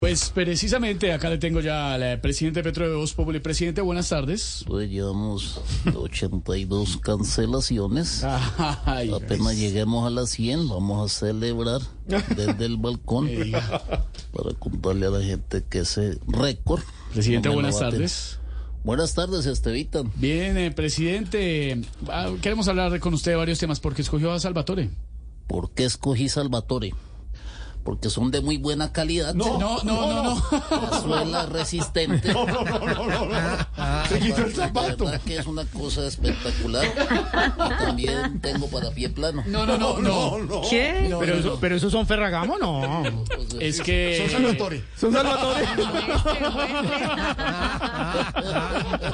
Pues precisamente acá le tengo ya al eh, presidente Petro de Voz Populi. Presidente, buenas tardes. Pues llevamos 82 Ah, cancelaciones. Ay, Apenas lleguemos a las 100, vamos a celebrar desde el balcón para contarle a la gente que ese récord. presidente, no me lo buenas baten. tardes. Buenas tardes, Estevita. Bien, eh, presidente, ah, queremos hablar con usted de varios temas porque escogió a Salvatore. ¿Por qué escogí Salvatore? Porque son de muy buena calidad. No, no, no, no. Suela resistente. Ah, Se quitó el La zapato. verdad que es una cosa espectacular. Y También tengo para pie plano. No, no, no, no. ¿Qué? No, Pero, no, eso, no. pero esos son Ferragamo, no. Es que Son Salvatore.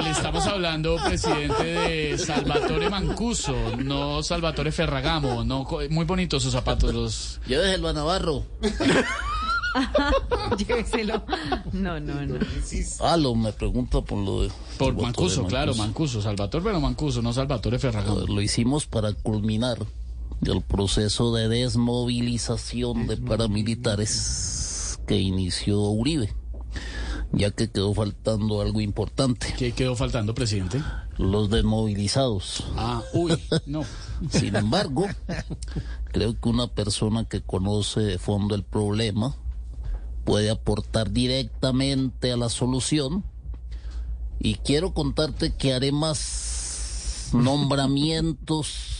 le estamos hablando, presidente, de Salvatore Mancuso, no Salvatore Ferragamo. No, co- muy bonitos sus zapatos. Los... Lléveselo a Navarro. Lléveselo. No, no, no. Alo Ah, me pregunta por lo de. Por Salvatore Mancuso, claro, Mancuso. Salvatore, pero Mancuso, no Salvatore Ferragamo. Lo hicimos para culminar el proceso de desmovilización de paramilitares que inició Uribe, ya que quedó faltando algo importante, ¿Qué quedó faltando, presidente? los desmovilizados. Ah, uy, no. Sin embargo, creo que una persona que conoce de fondo el problema puede aportar directamente a la solución. Y quiero contarte que haré más nombramientos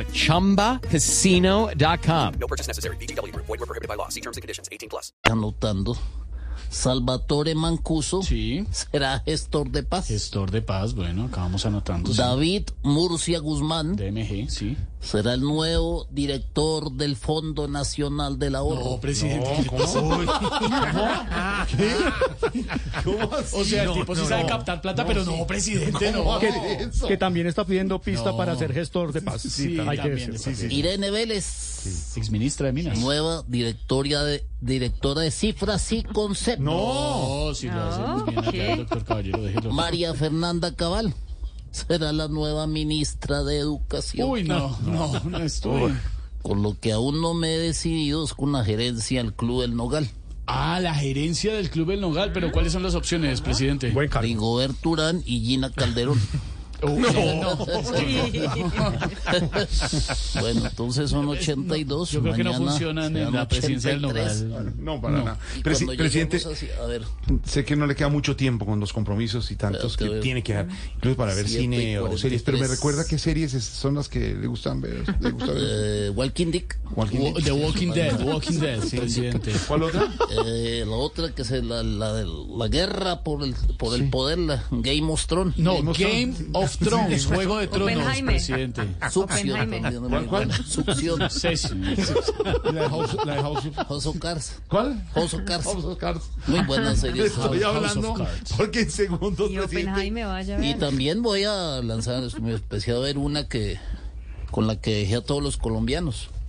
at chumbacasino.com. No purchase necessary. VGW Group. Void were prohibited by law. See terms and conditions. 18 plus. anotando. Salvatore Mancuso Sí. será gestor de paz. Gestor de paz, bueno, acabamos anotando. sí. David Murcia Guzmán DMG, sí. será el nuevo director del Fondo Nacional del Ahorro. Oh, No, presidente. ¿qué le pasa? O sea, el tipo sí sabe captar plata, pero no, presidente, no. Que, que también está pidiendo pista para ser gestor de paz. Sí, Hay que también, decirlo. sí, sí. Irene Vélez. Exministra de Minas. nueva directoria de, directora de cifras y conceptos. No, Oh, sí lo hacemos bien acá, el doctor Caballero, déjelo. María Fernanda Cabal será la nueva ministra de Educación. Uy, no, no, no estoy. Con lo que aún no me he decidido es con la gerencia del Club del Nogal. Ah, la gerencia del Club El Nogal, pero ¿cuáles son las opciones, presidente? Buen cargo. Rigobert Urán y Gina Calderón. Uy, no, Oh. no. bueno, entonces son 82. Yo creo que no mañana funcionan serán en la presidencia del 83. Nogal. No, para nada. Y Presi- cuando presidente, lleguemos así- a ver, sé que no le queda mucho tiempo con los compromisos y tantos que Espérate, tiene que dar, incluso para ver Siete y cine o cuarenta y series, pero me tres. recuerda qué series es- son las que le gustan ver. le gusta ver. eh, Walking Dick. Walking Dead. Wa- Oh, The Walking Dead, Walking Dead, presidente. ¿Cuál otra? Eh, la otra que es la, la, la guerra por el, por el poder, la Game of Thrones. No, Game of Game of Thrones, Juego de Tronos, Oppenheimer. presidente. Succión Oppenheimer. también, muy buena. Succión. Session. La de House, la de House of- House of Cards. ¿Cuál? House of Cards. House of Cards. Muy buena serie. Estoy House of hablando Cards. porque en segundos, Y presidente, Oppenheimer vaya a Y ver. también voy a lanzar, me empecé a ver una que con la que dejé a todos los colombianos,